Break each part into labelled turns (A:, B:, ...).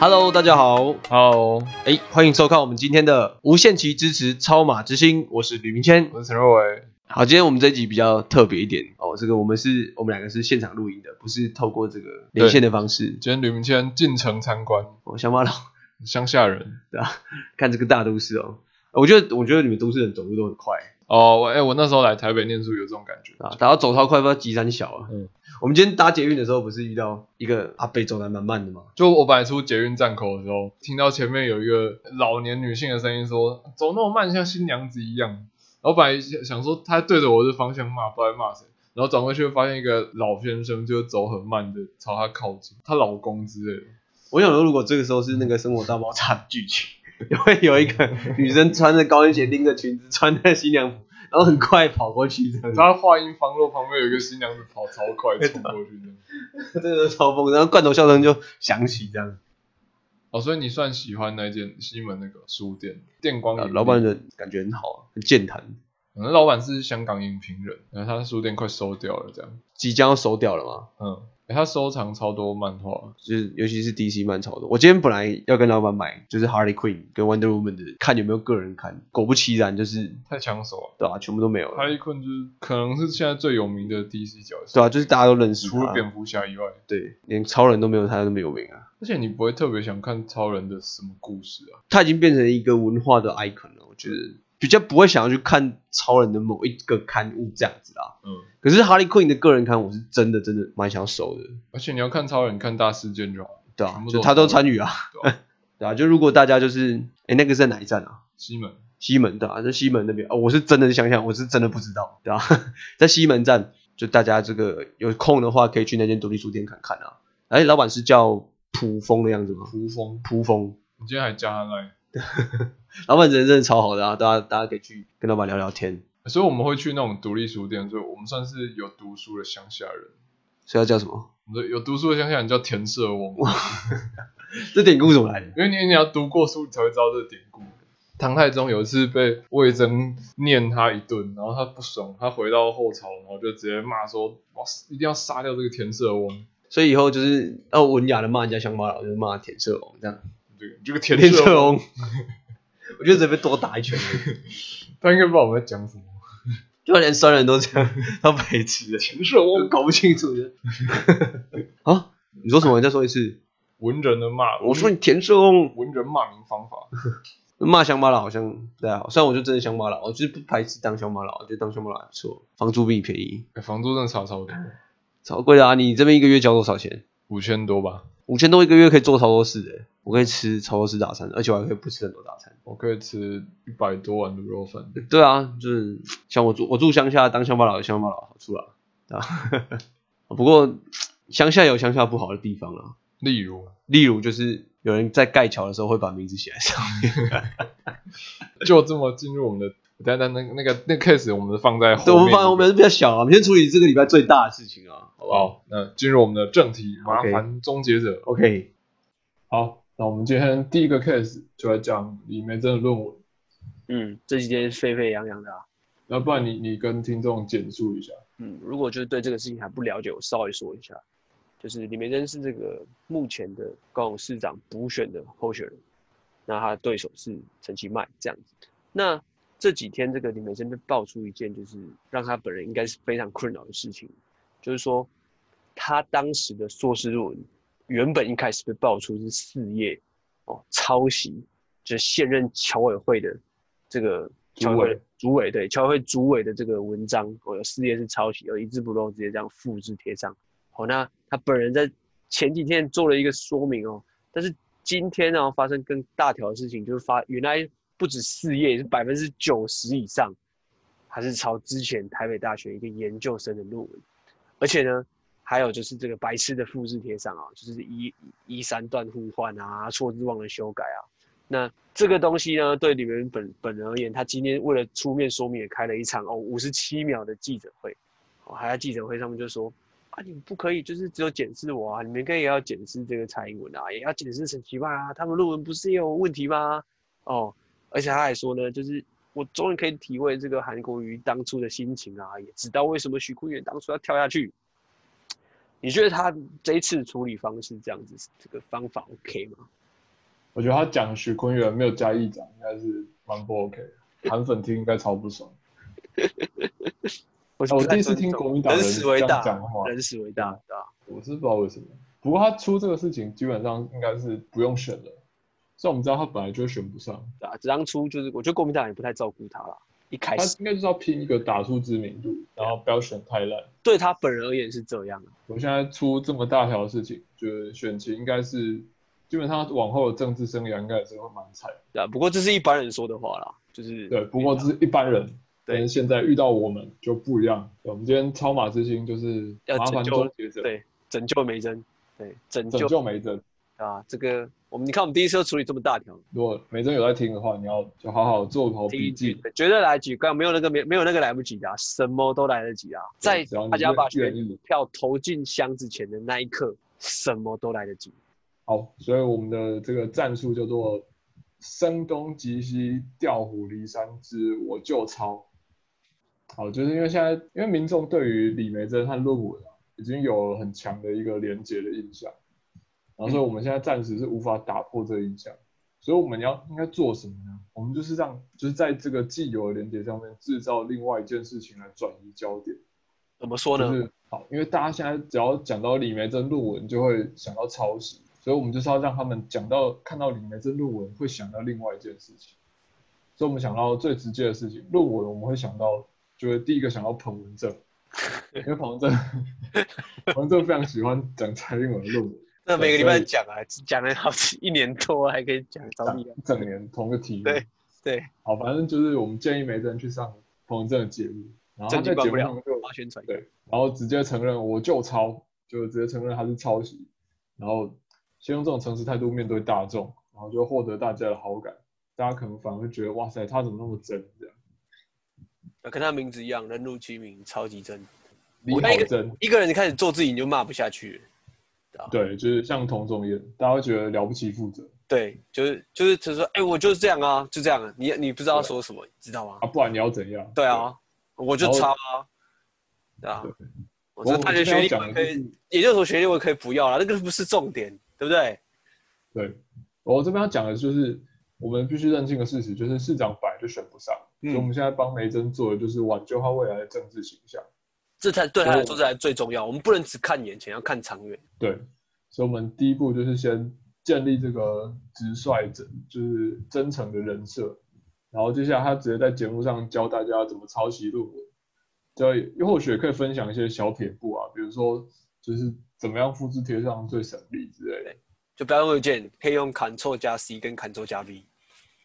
A: Hello，大家好，
B: Hello，
A: 哎，欢迎收看我们今天的无限期支持超马之星，我是吕明谦。
B: 我是陈若伟。
A: 好，今天我们这一集比较特别一点哦，这个我们是我们两个是现场录音的，不是透过这个连线的方式。哦
B: 今天吕明谦进城参观，
A: 我想把老
B: 乡下人。
A: 看这个大都市哦，我觉得我觉得你们都市人走路都很快
B: 哦，我哎、我那时候来台北念书有这种感觉
A: 啊，大家走超快，不知道急三小啊。
B: 嗯
A: 我们今天搭捷运的时候，不是遇到一个阿北走得还蛮慢的吗？
B: 就我本来出捷运站口的时候，听到前面有一个老年女性的声音说：“走那么慢，像新娘子一样。”然后本来想说她对着我的方向骂，不知道在骂谁。然后转过去发现一个老先生，就是走很慢的朝她靠近，她老公之类的。
A: 我想说，如果这个时候是那个《生活大爆炸》的剧情，也会有一个女生穿着高跟鞋、拎着裙子、穿着新娘服，然后很快跑过去，这样子，
B: 她话音方落，旁边有一个新娘子跑超快冲过去这样。
A: 这个嘲讽，然后罐头笑声就响起，这样。
B: 哦，所以你算喜欢那间西门那个书店电光影
A: 啊
B: 业
A: 老板的感觉很好，啊很健谈，
B: 可能老板是香港影评人，然后他书店快收掉了，这样，
A: 即将要收掉了嘛，
B: 嗯，诶他收藏超多漫画，
A: 就是尤其是 DC 漫潮的。我今天本来要跟老板买，就是 Harley Quinn 跟 Wonder Woman 的，看有没有个人看。果不其然，就是
B: 太抢手
A: 对啊，全部都没有
B: 了。哈
A: 了。
B: 利困就是可能是现在最有名的 DC 角色，
A: 对啊，就是大家都认识
B: 除了
A: 他，
B: 蝙蝠侠以外，
A: 对，连超人都没有他那么有名啊。
B: 而且你不会特别想看超人的什么故事啊？
A: 他已经变成一个文化的 icon 了，我觉得比较不会想要去看超人的某一个刊物这样子啦。
B: 嗯，
A: 可是哈利奎因的个人刊，我是真的真的蛮想收的，
B: 而且你要看超人，你看大事件就好了，
A: 对啊
B: 全，部
A: 就
B: 都
A: 他都参与啊，
B: 对啊
A: 对啊，就如果大家就是，哎，那个是在哪一站啊？
B: 西门，
A: 西门的啊，在西门那边哦，我是真的想想，我是真的不知道，对啊， 在西门站，就大家这个有空的话，可以去那间独立书店看看啊。哎，老板是叫蒲峰的样子吗？
B: 胡风，
A: 蒲峰，
B: 你今天还加他 line，
A: 老板人真的超好的啊，大家大家可以去跟老板聊聊天。
B: 所以我们会去那种独立书店，所以我们算是有读书的乡下人。
A: 所以他叫什么？
B: 我们有读书的乡下人叫田舍翁，
A: 这典故怎么来的？
B: 因为你你要读过书，你才会知道这个典故。唐太宗有一次被魏征念他一顿，然后他不爽，他回到后朝，然后就直接骂说：“哇，一定要杀掉这个田舍翁，
A: 所以以后就是要文雅的骂人家乡巴佬，就是骂田舍翁这样。
B: 这个这个田
A: 田
B: 舍
A: 舍
B: 翁。
A: 翁， 我觉得准备多打一拳而已，”
B: 他应该不知道我们在讲什么。
A: 就连商人都这样，他白痴了，
B: 田舍
A: 我
B: 翁，
A: 搞不清楚的。啊，你说什么？你再说一次。
B: 文人的骂，
A: 我说你田舍翁
B: 文人骂名方法。
A: 骂乡巴佬好像不太好，虽然我就真的乡巴佬，我就是不排斥当乡巴佬，我觉得当乡巴佬还不错，房租比你便宜，
B: 哎房租真的差超多，
A: 超贵的啊！你这边一个月交多少钱？
B: 五千多吧。
A: 五千多一个月可以做超多事的、我可以吃超多次大餐，而且我还可以不吃很多大餐。
B: 我可以吃一百多碗卤肉饭。
A: 对啊，就是像我住我住乡下，当乡巴佬有乡巴佬的好处啦，对吧？ 不过乡下有乡下不好的地方啦，
B: 例如，
A: 例如就是有人在盖桥的时候会把名字写在上面。
B: 就这么进入我们的，等等那那个那个 case，我们放在后
A: 对，
B: 面。
A: 我们放我们比较小啊，我们先处理这个礼拜最大的事情啊，好不好
B: 好，那进入我们的正题，麻
A: OK
B: 烦终结者。
A: ？OK，
B: 好，那我们今天第一个 case 就来讲李梅珍的论文。
C: 嗯，这几天沸沸扬扬的啊。
B: 那不然你你跟听众简述一下。
C: 嗯，如果就是对这个事情还不了解，我稍微说一下，就是李梅珍是这个目前的高雄市长补选的候选人，那他的对手是陈其迈这样子。那这几天这个李梅珍被爆出一件，就是让他本人应该是非常困扰的事情，就是说他当时的硕士论文原本一开始被爆出是四页哦抄袭，就是现任侨委会的这个
B: 主
C: 侨
B: 委
C: 委会的主委对侨委会主委的这个文章，哦有四页是抄袭，而一字不漏直接这样复制贴上。哦，那他本人在前几天做了一个说明哦，但是今天呢、哦发生更大条的事情，就是发原来不止四页，是百分之九十以上，还是抄之前台北大学一个研究生的论文，而且呢，还有就是这个白痴的复制贴上啊，就是一一三段互换啊，错字忘了修改啊。那这个东西呢，对李元本本人而言，他今天为了出面说明，也开了一场哦五十七秒的记者会，哦，还在记者会上面就说啊，你们不可以就是只有检视我啊，你们应该也要检视这个蔡英文啊，也要检视陈其迈啊，他们论文不是也有问题吗？哦，而且他还说呢，就是我终于可以体会这个韩国瑜当初的心情啊，也知道为什么许坤元当初要跳下去。你觉得他这一次处理方式这样子，这个方法 OK 吗？
B: 我觉得他讲许坤元没有加一讲，应该是蛮不 OK 的，韩粉听应该超不爽。哎
C: 我是
B: 我
C: 不太
B: 第一次
C: 尊
B: 听
C: 重
B: 国民党人
C: 人死为
B: 这样
C: 大，
B: 讲话，
C: 人死为大，对啊吧？
B: 我是不知道为什么。不过他出这个事情，基本上应该是不用选了。虽然我们知道他本来就选不上，
C: 对啊，当初就是我觉得国民党也不太照顾他啦，一开
B: 他
C: 始
B: 应该就是要拼一个打出知名度，然后不要选太烂。
C: 对他本人而言是这样啊，
B: 我现在出这么大条的事情，就是选情应该是基本上往后的政治生涯应该也是会蛮惨。
C: 对啊。不过这是一般人说的话啦，就是
B: 对，不过这是一般人，
C: 对
B: 但是现在遇到我们就不一样。对我们今天超马之星就是
C: 要
B: 麻烦
C: 拯救
B: 终结者，
C: 对拯救梅珍，对拯
B: 拯
C: 救
B: 救梅珍。
C: 啊，这个我们你看我们第一次就处理这么大条，
B: 如果梅珍有在听的话，你要就好好做好
C: 第一
B: 笔
C: 句
B: 记。
C: 绝对来得及，刚没有那个没没有那个来不及的啊、什么都来得及啊！在
B: 只要你
C: 大家把
B: 愿
C: 选
B: 意。
C: 票投进箱子前的那一刻，什么都来得及。
B: 好，所以我们的这个战术叫做“声东击西，调虎离山之我就抄”。好，就是因为现在，因为民众对于李梅珍和论文啊，已经有很强的一个连结的印象，然后所以我们现在暂时是无法打破这个印象，所以我们要应该做什么呢？我们就是让，就是在这个既有的连结上面制造另外一件事情来转移焦点。
C: 怎么说呢？
B: 就是好，因为大家现在只要讲到李梅珍论文，就会想到抄袭，所以我们就是要让他们讲到看到李梅珍论文，会想到另外一件事情。所以我们想到最直接的事情，论文我们会想到，就是第一个想到彭文正，因为彭文正，彭文正非常喜欢讲蔡英文的论文，
C: 那每个礼拜讲啊，讲了好几一年多，还可以讲到
B: 讲
C: 你啊。
B: 一整年同个题目。
C: 对对，
B: 好，反正就是我们建议梅珍去上彭文正的节目，然后他
C: 政绩
B: 在
C: 办
B: 节目
C: 不了
B: 上就，
C: 花宣传。
B: 对，然后直接承认我就抄，就直接承认他是抄袭，然后先用这种诚实态度面对大众，然后就获得大家的好感，大家可能反而会觉得哇塞，他怎么那么真这样，
C: 啊跟他名字一样，人如其名，超级真。
B: 你
C: 哦我那
B: 好
C: 个
B: 真，
C: 一个人开始做自己，你就骂不下去了。
B: 对，就是像同种演，大家会觉得了不起负责
C: 对，就是就是，他说，哎、我就是这样啊，就这样、啊。你你不知道说什么，你知道吗
B: 啊，？不然你要怎样？
C: 对啊，我就
B: 然后
C: 抄啊，对啊。我
B: 我
C: 这大学学历
B: 我现在要
C: 我也
B: 讲的
C: 可
B: 就是
C: 以，研究所学历我也可以不要了，那个不是重点，对不对？
B: 对，我这边要讲的就是我们必须认清个事实，就是市长本来就选不上，
C: 嗯
B: 所以我们现在帮梅珍做的就是挽救他未来的政治形象。
C: 这才对他
B: 所以
C: 来说这才最重要。我们不能只看眼前，要看长远。
B: 对，所以我们第一步就是先建立这个直率者，就是真诚的人设，然后接下来他直接在节目上教大家怎么抄袭论文，就又或许也可以分享一些小撇步啊，比如说就是怎么样复制贴上最省力之类的，
C: 就不要用右键，可以用 Ctrl 加 C 跟 Ctrl 加 V。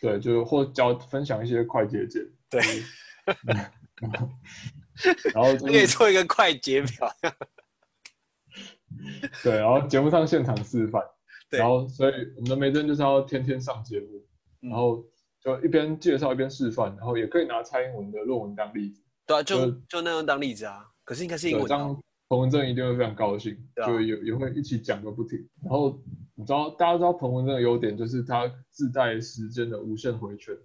B: 对，就是或教分享一些快捷键，
C: 对，
B: 然后
C: 可以
B: 就是
C: 做一个快捷表。
B: 对，然后节目上现场示范，
C: 对
B: 然后所以我们的梅珍就是要天天上节目，
C: 嗯
B: 然后就一边介绍一边示范，然后也可以拿蔡英文的论文当例子。
C: 对啊，就
B: 就
C: 就那样当例子啊。可是应该是英
B: 对，
C: 文
B: 这
C: 啊。
B: 样彭文正一定会非常高兴，
C: 对啊
B: 就也也会一起讲个不停。然后你知道，大家知道彭文正的优点就是他自带时间的无限回圈，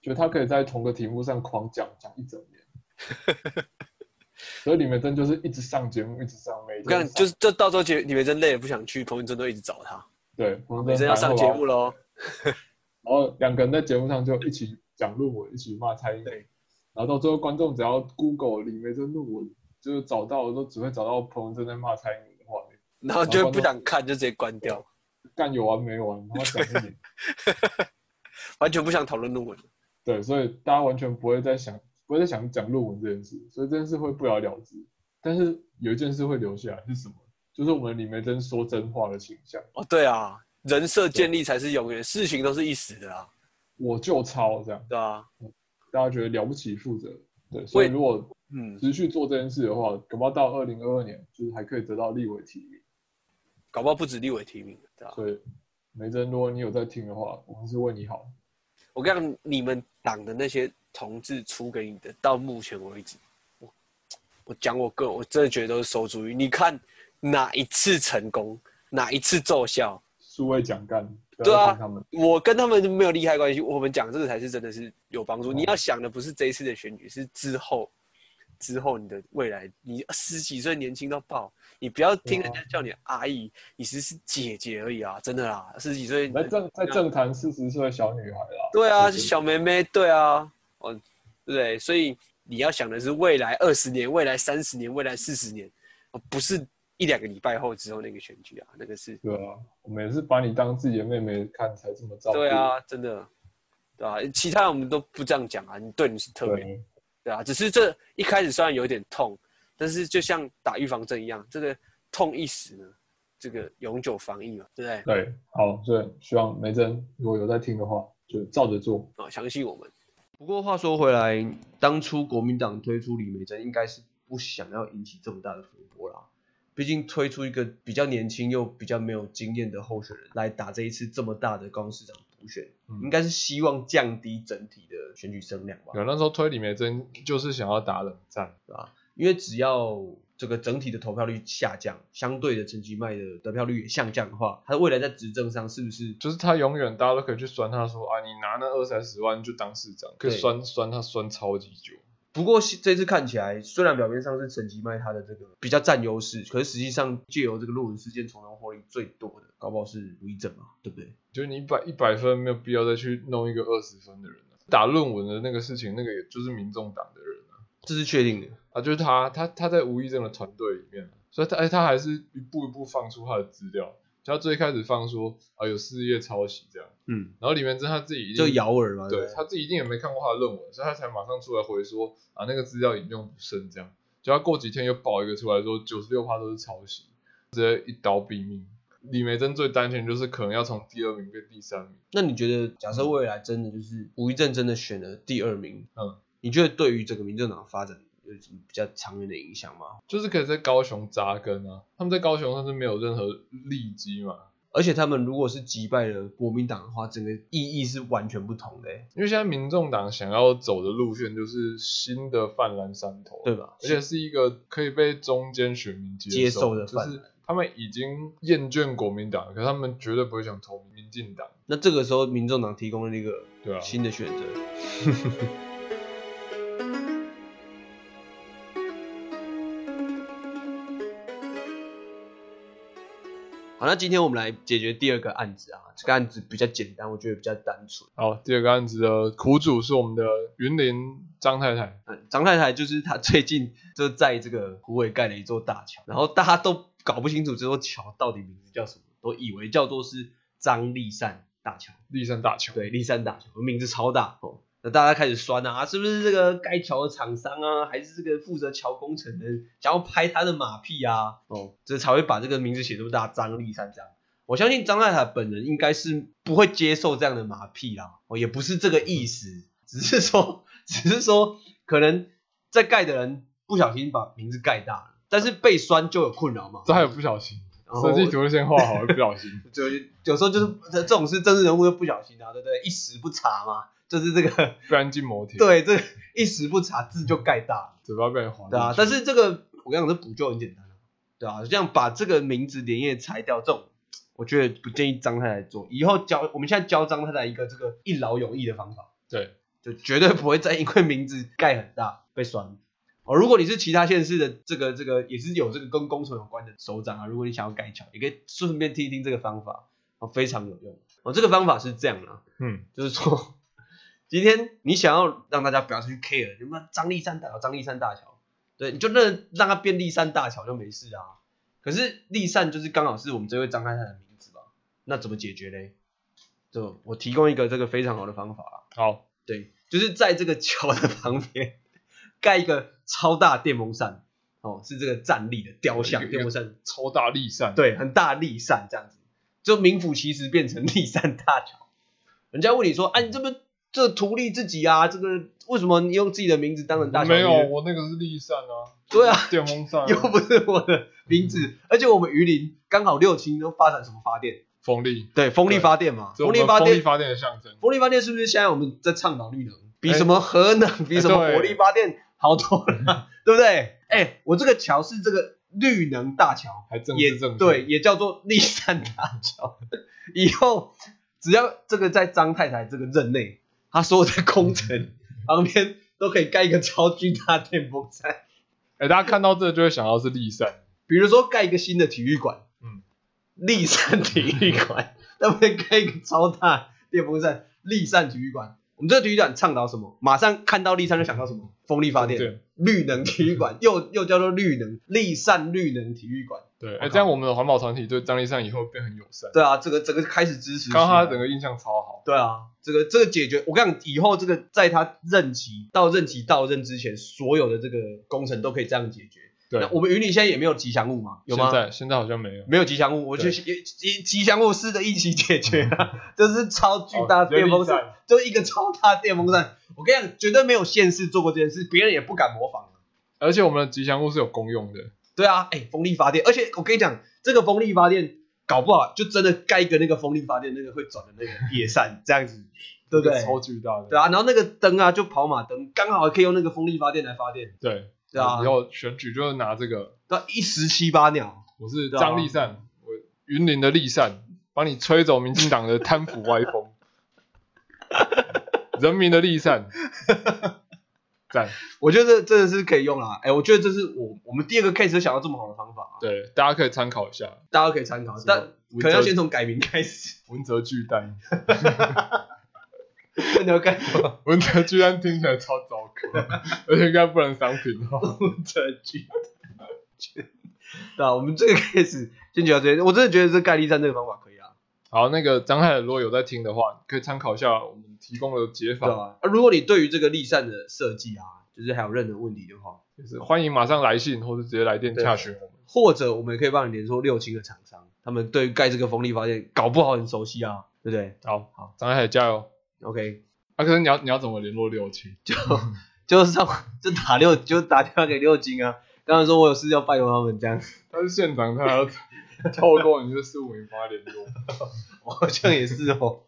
B: 就他可以在同个题目上狂讲讲一整年。 所以李梅珍就是一直上节目，一直上，每
C: 我跟你
B: 天
C: 讲，就是是就到时候觉得李梅珍累了不想去，彭文珍都一直找他，
B: 对彭文
C: 李珍
B: 正
C: 要上节目
B: 了，
C: 喽。
B: 然后两个人在节目上就一起讲论文，一起骂蔡英文
C: 对，
B: 然后到最后观众只要 Google 李梅珍论文，就是找到的都只会找到彭文正在骂蔡英文的画面。
C: 然后就会不想看，就直接关掉，
B: 干有完没完，然后讲一点，
C: 完全不想讨论论文。
B: 对，所以大家完全不会再想，不会再想讲论文这件事，所以这件事会不了了之。但是有一件事会留下来是什么？就是我们李梅珍说真话的倾向，
C: 哦，对啊，人设建立才是永远，事情都是一时的啊，
B: 我就抄这样，
C: 对啊，
B: 大家觉得了不起负责，对，所以如果
C: 嗯，
B: 持续做这件事的话，搞不好到二零二二年就是还可以得到立委提名。
C: 搞不好不止立委提名，对啊。
B: 所以梅珍，如果你有在听的话，我们是为你好，
C: 我跟你讲，你们党的那些同志出给你的，到目前为止，我我讲我个人，我真的觉得都是馊主意。你看哪一次成功，哪一次奏效？
B: 数位蒋干，不
C: 对
B: 要
C: 啊
B: 听他们，
C: 我跟他们没有利害
B: 哦
C: 关系，我们讲这个才是真的是有帮助。你要想的不是这一次的选举，是之后之后你的未来，你十几岁年轻到爆，你不要听人家叫你阿姨，你只是姐姐而已啊，真的啦，十几岁
B: 你，在政在政坛四十岁的小女孩啦，
C: 对啊，
B: 对对
C: 小妹妹，对啊，哦，对不对，所以你要想的是未来二十年、未来三十年、未来四十年，哦不是一两个礼拜后之后那个选举啊，那个是，
B: 对啊，我们也是把你当自己的妹妹看才这么照顾，
C: 对啊，真的，对啊，其他我们都不这样讲啊，你对你是特别
B: 对，
C: 对啊，只是这一开始虽然有点痛，但是就像打预防针一样，这个痛一时呢，这个永久防疫嘛，对不对？
B: 对，好，所以希望梅珍如果有在听的话，就照着做，
C: 啊，相信我们，
A: 不过话说回来，当初国民党推出李梅珍，应该是不想要引起这么大的风波啦。毕竟推出一个比较年轻又比较没有经验的候选人来打这一次这么大的高雄市长补选，
B: 嗯
A: 应该是希望降低整体的选举声量吧，
B: 有那时候推李梅珍就是想要打冷战，
A: 对吧？因为只要这个整体的投票率下降，相对的陈其迈的得票率也下降的话，他未来在执政上是不是
B: 就是他永远大家都可以去酸他说啊，你拿那二三十万就当市长，可以
A: 对
B: 酸酸他酸超级久。
A: 不过是这次看起来，虽然表面上是陈吉迈他的这个比较占优势，可是实际上借由这个论文事件从中获利最多的，搞不好是吴一正嘛，对不对？
B: 就是你一百一百分没有必要再去弄一个二十分的人了、打论文的那个事情，那个也就是民众党的人啊，
A: 这是确定的。
B: 啊，就是他，他他在吴义正的团队里面，所以他哎他还是一步一步放出他的资料，就他最开始放说啊有事业抄袭这样，
A: 嗯，
B: 然后李元珍他自己一定
A: 就咬耳嘛，
B: 对
A: 不
B: 他自己一定也没看过他的论文，所以他才马上出来回说啊那个资料引用不慎这样，就他过几天又爆一个出来说九十六趴都是抄袭，直接一刀毙命。李梅珍最担心的就是可能要从第二名变第三名。
A: 那你觉得，假设未来真的就是吴一正真的选了第二名，
B: 嗯，
A: 你觉得对于整个民政党的发展有什么比较长远的影响吗？
B: 就是可以在高雄扎根啊。他们在高雄算是没有任何利基嘛，
A: 而且他们如果是击败了国民党的话，整个意义是完全不同的、欸，
B: 因为现在民众党想要走的路线就是新的泛蓝山头，
A: 对吧
B: 而？且是一个可以被中间选民
A: 接
B: 受
A: 受的
B: 就
A: 泛蓝
B: 是他们已经厌倦国民党了，可是他们绝对不会想投民进党，
A: 那这个时候，民众党提供了一个
B: 对啊
A: 新的选择。 好，那今天我们来解决第二个案子啊，这个案子比较简单，我觉得比较单纯。
B: 好，第二个案子的苦主是我们的云林张太太，
A: 嗯，张太太就是她最近就在这个湖尾盖了一座大桥，然后大家都搞不清楚这座桥到底名字叫什么，都以为叫做是张立善大桥。
B: 立山大桥。
A: 对，立山大桥名字超大哦。那大家开始酸啊，啊是不是这个盖桥的厂商啊，还是这个负责桥工程的想要拍他的马屁啊？哦，这才会把这个名字写这么大，张立山这样。我相信张太太本人应该是不会接受这样的马屁啦，哦，也不是这个意思，只是说，只是说可能在盖的人不小心把名字盖大了，但是被酸就有困扰嘛。
B: 这还有不小心，
A: 然后
B: 设计图先画好，不小心。
A: 就有时候就是这种事，政治人物就不小心啊，对不对？一时不察嘛，就是这个。
B: 不然进摩天，，
A: 对，这个一时不察字就盖大了，
B: 嘴巴被人划进去。
A: 对啊。但是这个我跟你讲，这补救很简单啊，对啊，这样把这个名字连夜拆掉，这种我觉得不建议张太太做。以后教我们现在教张太太一个这个一劳永逸的方法，
B: 对，
A: 就绝对不会再因为名字盖很大被酸。哦，如果你是其他县市的这个这个也是有这个跟工程有关的首长啊，如果你想要盖桥，也可以顺便听一听这个方法，哦，非常有用。哦，这个方法是这样啊，
B: 嗯，
A: 就是说，今天你想要让大家不要去 care，你们张立山大桥，张立山大桥，对，你就让让它变立山大桥就没事啊。可是立山就是刚好是我们这位张开山的名字吧？那怎么解决嘞？就我提供一个这个非常好的方法啊，
B: 好，
A: 对，就是在这个桥的旁边盖一个超大电风扇，哦，是这个站立的雕
B: 一
A: 像
B: 个
A: 电风扇，
B: 超大力扇。
A: 对，很大力扇这样子，就名副其实变成力扇大桥。人家问你说，哎、你这不这图利自己啊？这个为什么你用自己的名字当成大桥？
B: 没有，
A: 你
B: 我那个是立扇啊，
A: 对啊，
B: 电风 扇、
A: 又
B: 啊，
A: 不是我的名字，而且我们榆林刚好六轻都发展什么发电？
B: 风力，
A: 对，风力
B: 对
A: 发电嘛，
B: 这是我们
A: 力发
B: 风力
A: 电，
B: 发电的象征。
A: 风力发电是不是现在我们在倡导绿能，比
B: 哎
A: 什么核能，比什么
B: 对
A: 火力发电好多了， 对不对？哎，我这个桥是这个绿能大桥，
B: 还政
A: 也
B: 治正确
A: 对，也叫做立山大桥。以后只要这个在张太太这个任 内，她所有的工程旁边都可以盖一个超巨大电风扇，
B: 哎、大家看到这个就会想到是立善，
A: 比如说盖一个新的体育馆，
B: 嗯，
A: 立善体育馆，那不然盖一个超大电风扇，立善体育馆。我们这个体育馆倡导什么？马上看到立善就想到什么？风力发电、
B: 对
A: 绿能体育馆，又又叫做绿能，立善绿能体育馆。
B: 对，
A: 我
B: 哎、
A: 靠
B: 这样我们的环保团体对张立善以后变很友善。
A: 对啊，这个整个开始支持起来。
B: 刚刚他整个印象超好，
A: 对啊，这个这个解决，我跟你讲，以后这个在他任期到任期到任之前，所有的这个工程都可以这样解决。
B: 对
A: 那，我们云林现在也没有吉祥物嘛？有吗
B: 现？在现在好像没有，
A: 没有吉祥物，我就
B: 对嗯
A: 吉吉吉祥物试着一起解决 啊，就是超巨大
B: 哦
A: 的电风
B: 直接
A: 扇，就一个超大的电风扇。我跟你讲，绝对没有县市做过这件事，别人也不敢模仿。啊
B: 而且我们的吉祥物是有公用的，
A: 对啊，哎、风力发电，而且我跟你讲，这个风力发电搞不好就真的盖一个那个风力发电那个会转的那个叶扇这样子，对不
B: 一
A: 对
B: 个？超巨大的，
A: 对啊，然后那个灯啊，就跑马灯，刚好可以用那个风力发电来发电，
B: 对
A: 对啊
B: 以后选举就是拿这个，
A: 对啊，一石七八鸟。
B: 我是
A: 对啊
B: 张立善，我云林的立善，帮你吹走民进党的贪腐歪风，人民的立善， 赞，
A: 我觉得这真的是可以用啦，哎、我觉得这是我我们第二个 case 就想到这么好的方法、啊，
B: 对，大家可以参考一下，
A: 大家可以参考，但可能要先从改名开始。
B: 文泽巨蛋，
A: 你要干什么？
B: 文泽巨蛋听起来超糟糕，而且应该不能商品哦，
A: 这句，对啊，我们这个 case 先解决到这边，我真的觉得这盖立站这个方法可以啊，
B: 好，那个张翰如果有在听的话，可以参考一下我们提供的解
A: 对
B: 法，
A: 吧、啊？如果你对于这个立扇的设计啊，就是还有任何问题的话，
B: 就是欢迎马上来信或者直接来电
A: 对
B: 洽询我们。
A: 或者我们也可以帮你联络六轻的厂商，他们对于盖这个风力发电搞不好很熟悉啊，对不对
B: 好好，张翰加油！
A: ？OK，
B: 啊，可是你要你要怎么联络六七？
A: 就 就上就打六就打电话给六金啊，刚刚说我有事要拜托他们这样，
B: 他是县长，他还要 透过你这四五名帮他联络。
A: 我好像也是哦。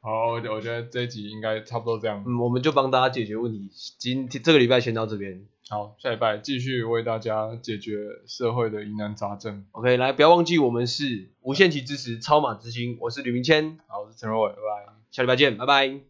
B: 好，我觉我觉得这一集应该差不多这样。
A: 嗯，我们就帮大家解决问题，今天这个礼拜先到这边。
B: 好，下礼拜继续为大家解决社会的疑难杂症。
A: OK，来，不要忘记我们是无限期支持超马之星，我是吕明谦，
B: 好，我是陈若伟，拜拜。
A: 下礼拜见，拜拜。